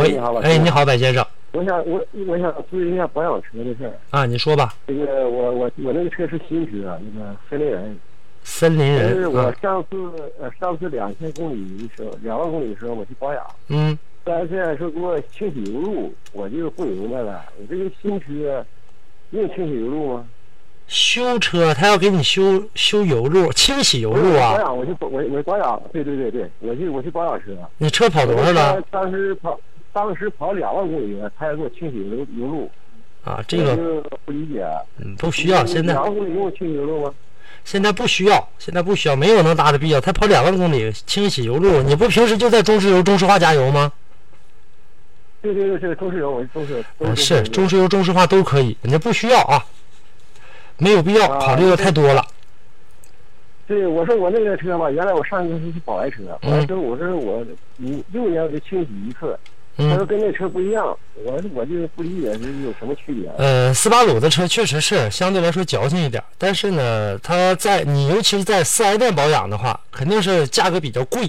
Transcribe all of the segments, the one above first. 喂，你好老师哎，你好，柏先生我想我我想咨询一下保养车的事儿。啊，你说吧。这个我我我那个车是新车，啊那个森林人。森林但是人哎我啊，上次呃上次两千公里的时候，两万公里的时候我去保养，嗯但是说给我清洗油路，我就不明白了。我这个新车用清洗油路吗？修车他要给你修修油路，清洗油不是路哎我保啊。养，我去保我我保养，对对对对，我去我去保养车。你车跑多少了当当时跑当时跑两万公里，他要给我清洗油油路，啊？这个我就不理解。嗯不需要，现在两万公里用清洗油路吗？现在不需要，现在不需要，没有能达的必要。他跑两万公里清洗油路，你不平时就在中石油、中石化加油吗？对对对，这个中石油，我是中石油，啊，都是中中石油、中石化都可以，人家不需要啊，没有必要啊考虑的太多了。对，我说我那个车吧，原来我上一个是宝来车，宝来车嗯我说我五六年我就清洗一次，他说嗯，跟那车不一样，我我就不理解是有什么区别。啊呃，斯巴鲁的车确实是相对来说矫情一点，但是呢，它在你尤其是在 4S 店保养的话，肯定是价格比较贵。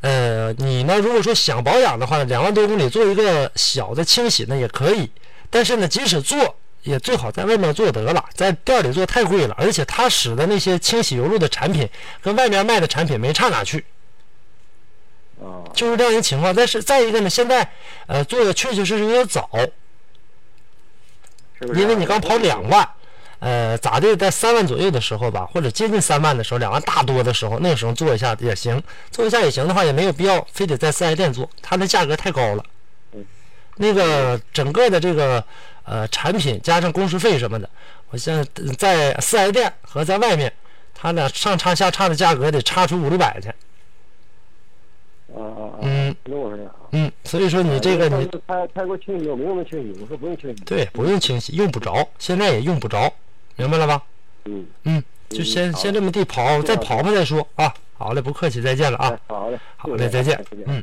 呃，你呢，如果说想保养的话，两万多公里做一个小的清洗呢也可以，但是呢，即使做。也最好在外面做得了，在店里做太贵了，而且它使的那些清洗油路的产品跟外面卖的产品没差哪去。啊，就是这样一个情况。但是再一个呢，现在呃做的确确实实有点早，是不啊是？因为你刚跑两万，呃咋的，在三万左右的时候吧，或者接近三万的时候，两万大多的时候，那个时候做一下也行，做一下也行的话，也没有必要非得在四 S 店做，它的价格太高了嗯。那个整个的这个呃产品加上工时费什么的，我现在呃在四 S 店和在外面，它俩上差下差的价格得差出五六百去。啊啊啊，嗯跟我说的啊。嗯，所以说你这个上你次他他给我清洗，我没让他清洗，我说不用清洗。对，不用清洗，用不着，现在也用不着，明白了吧？嗯，嗯，就嗯先好先这么地跑，再好的跑跑再说啊。好嘞，不客气，再见了啊哎。好嘞，好嘞，再见再见。。嗯。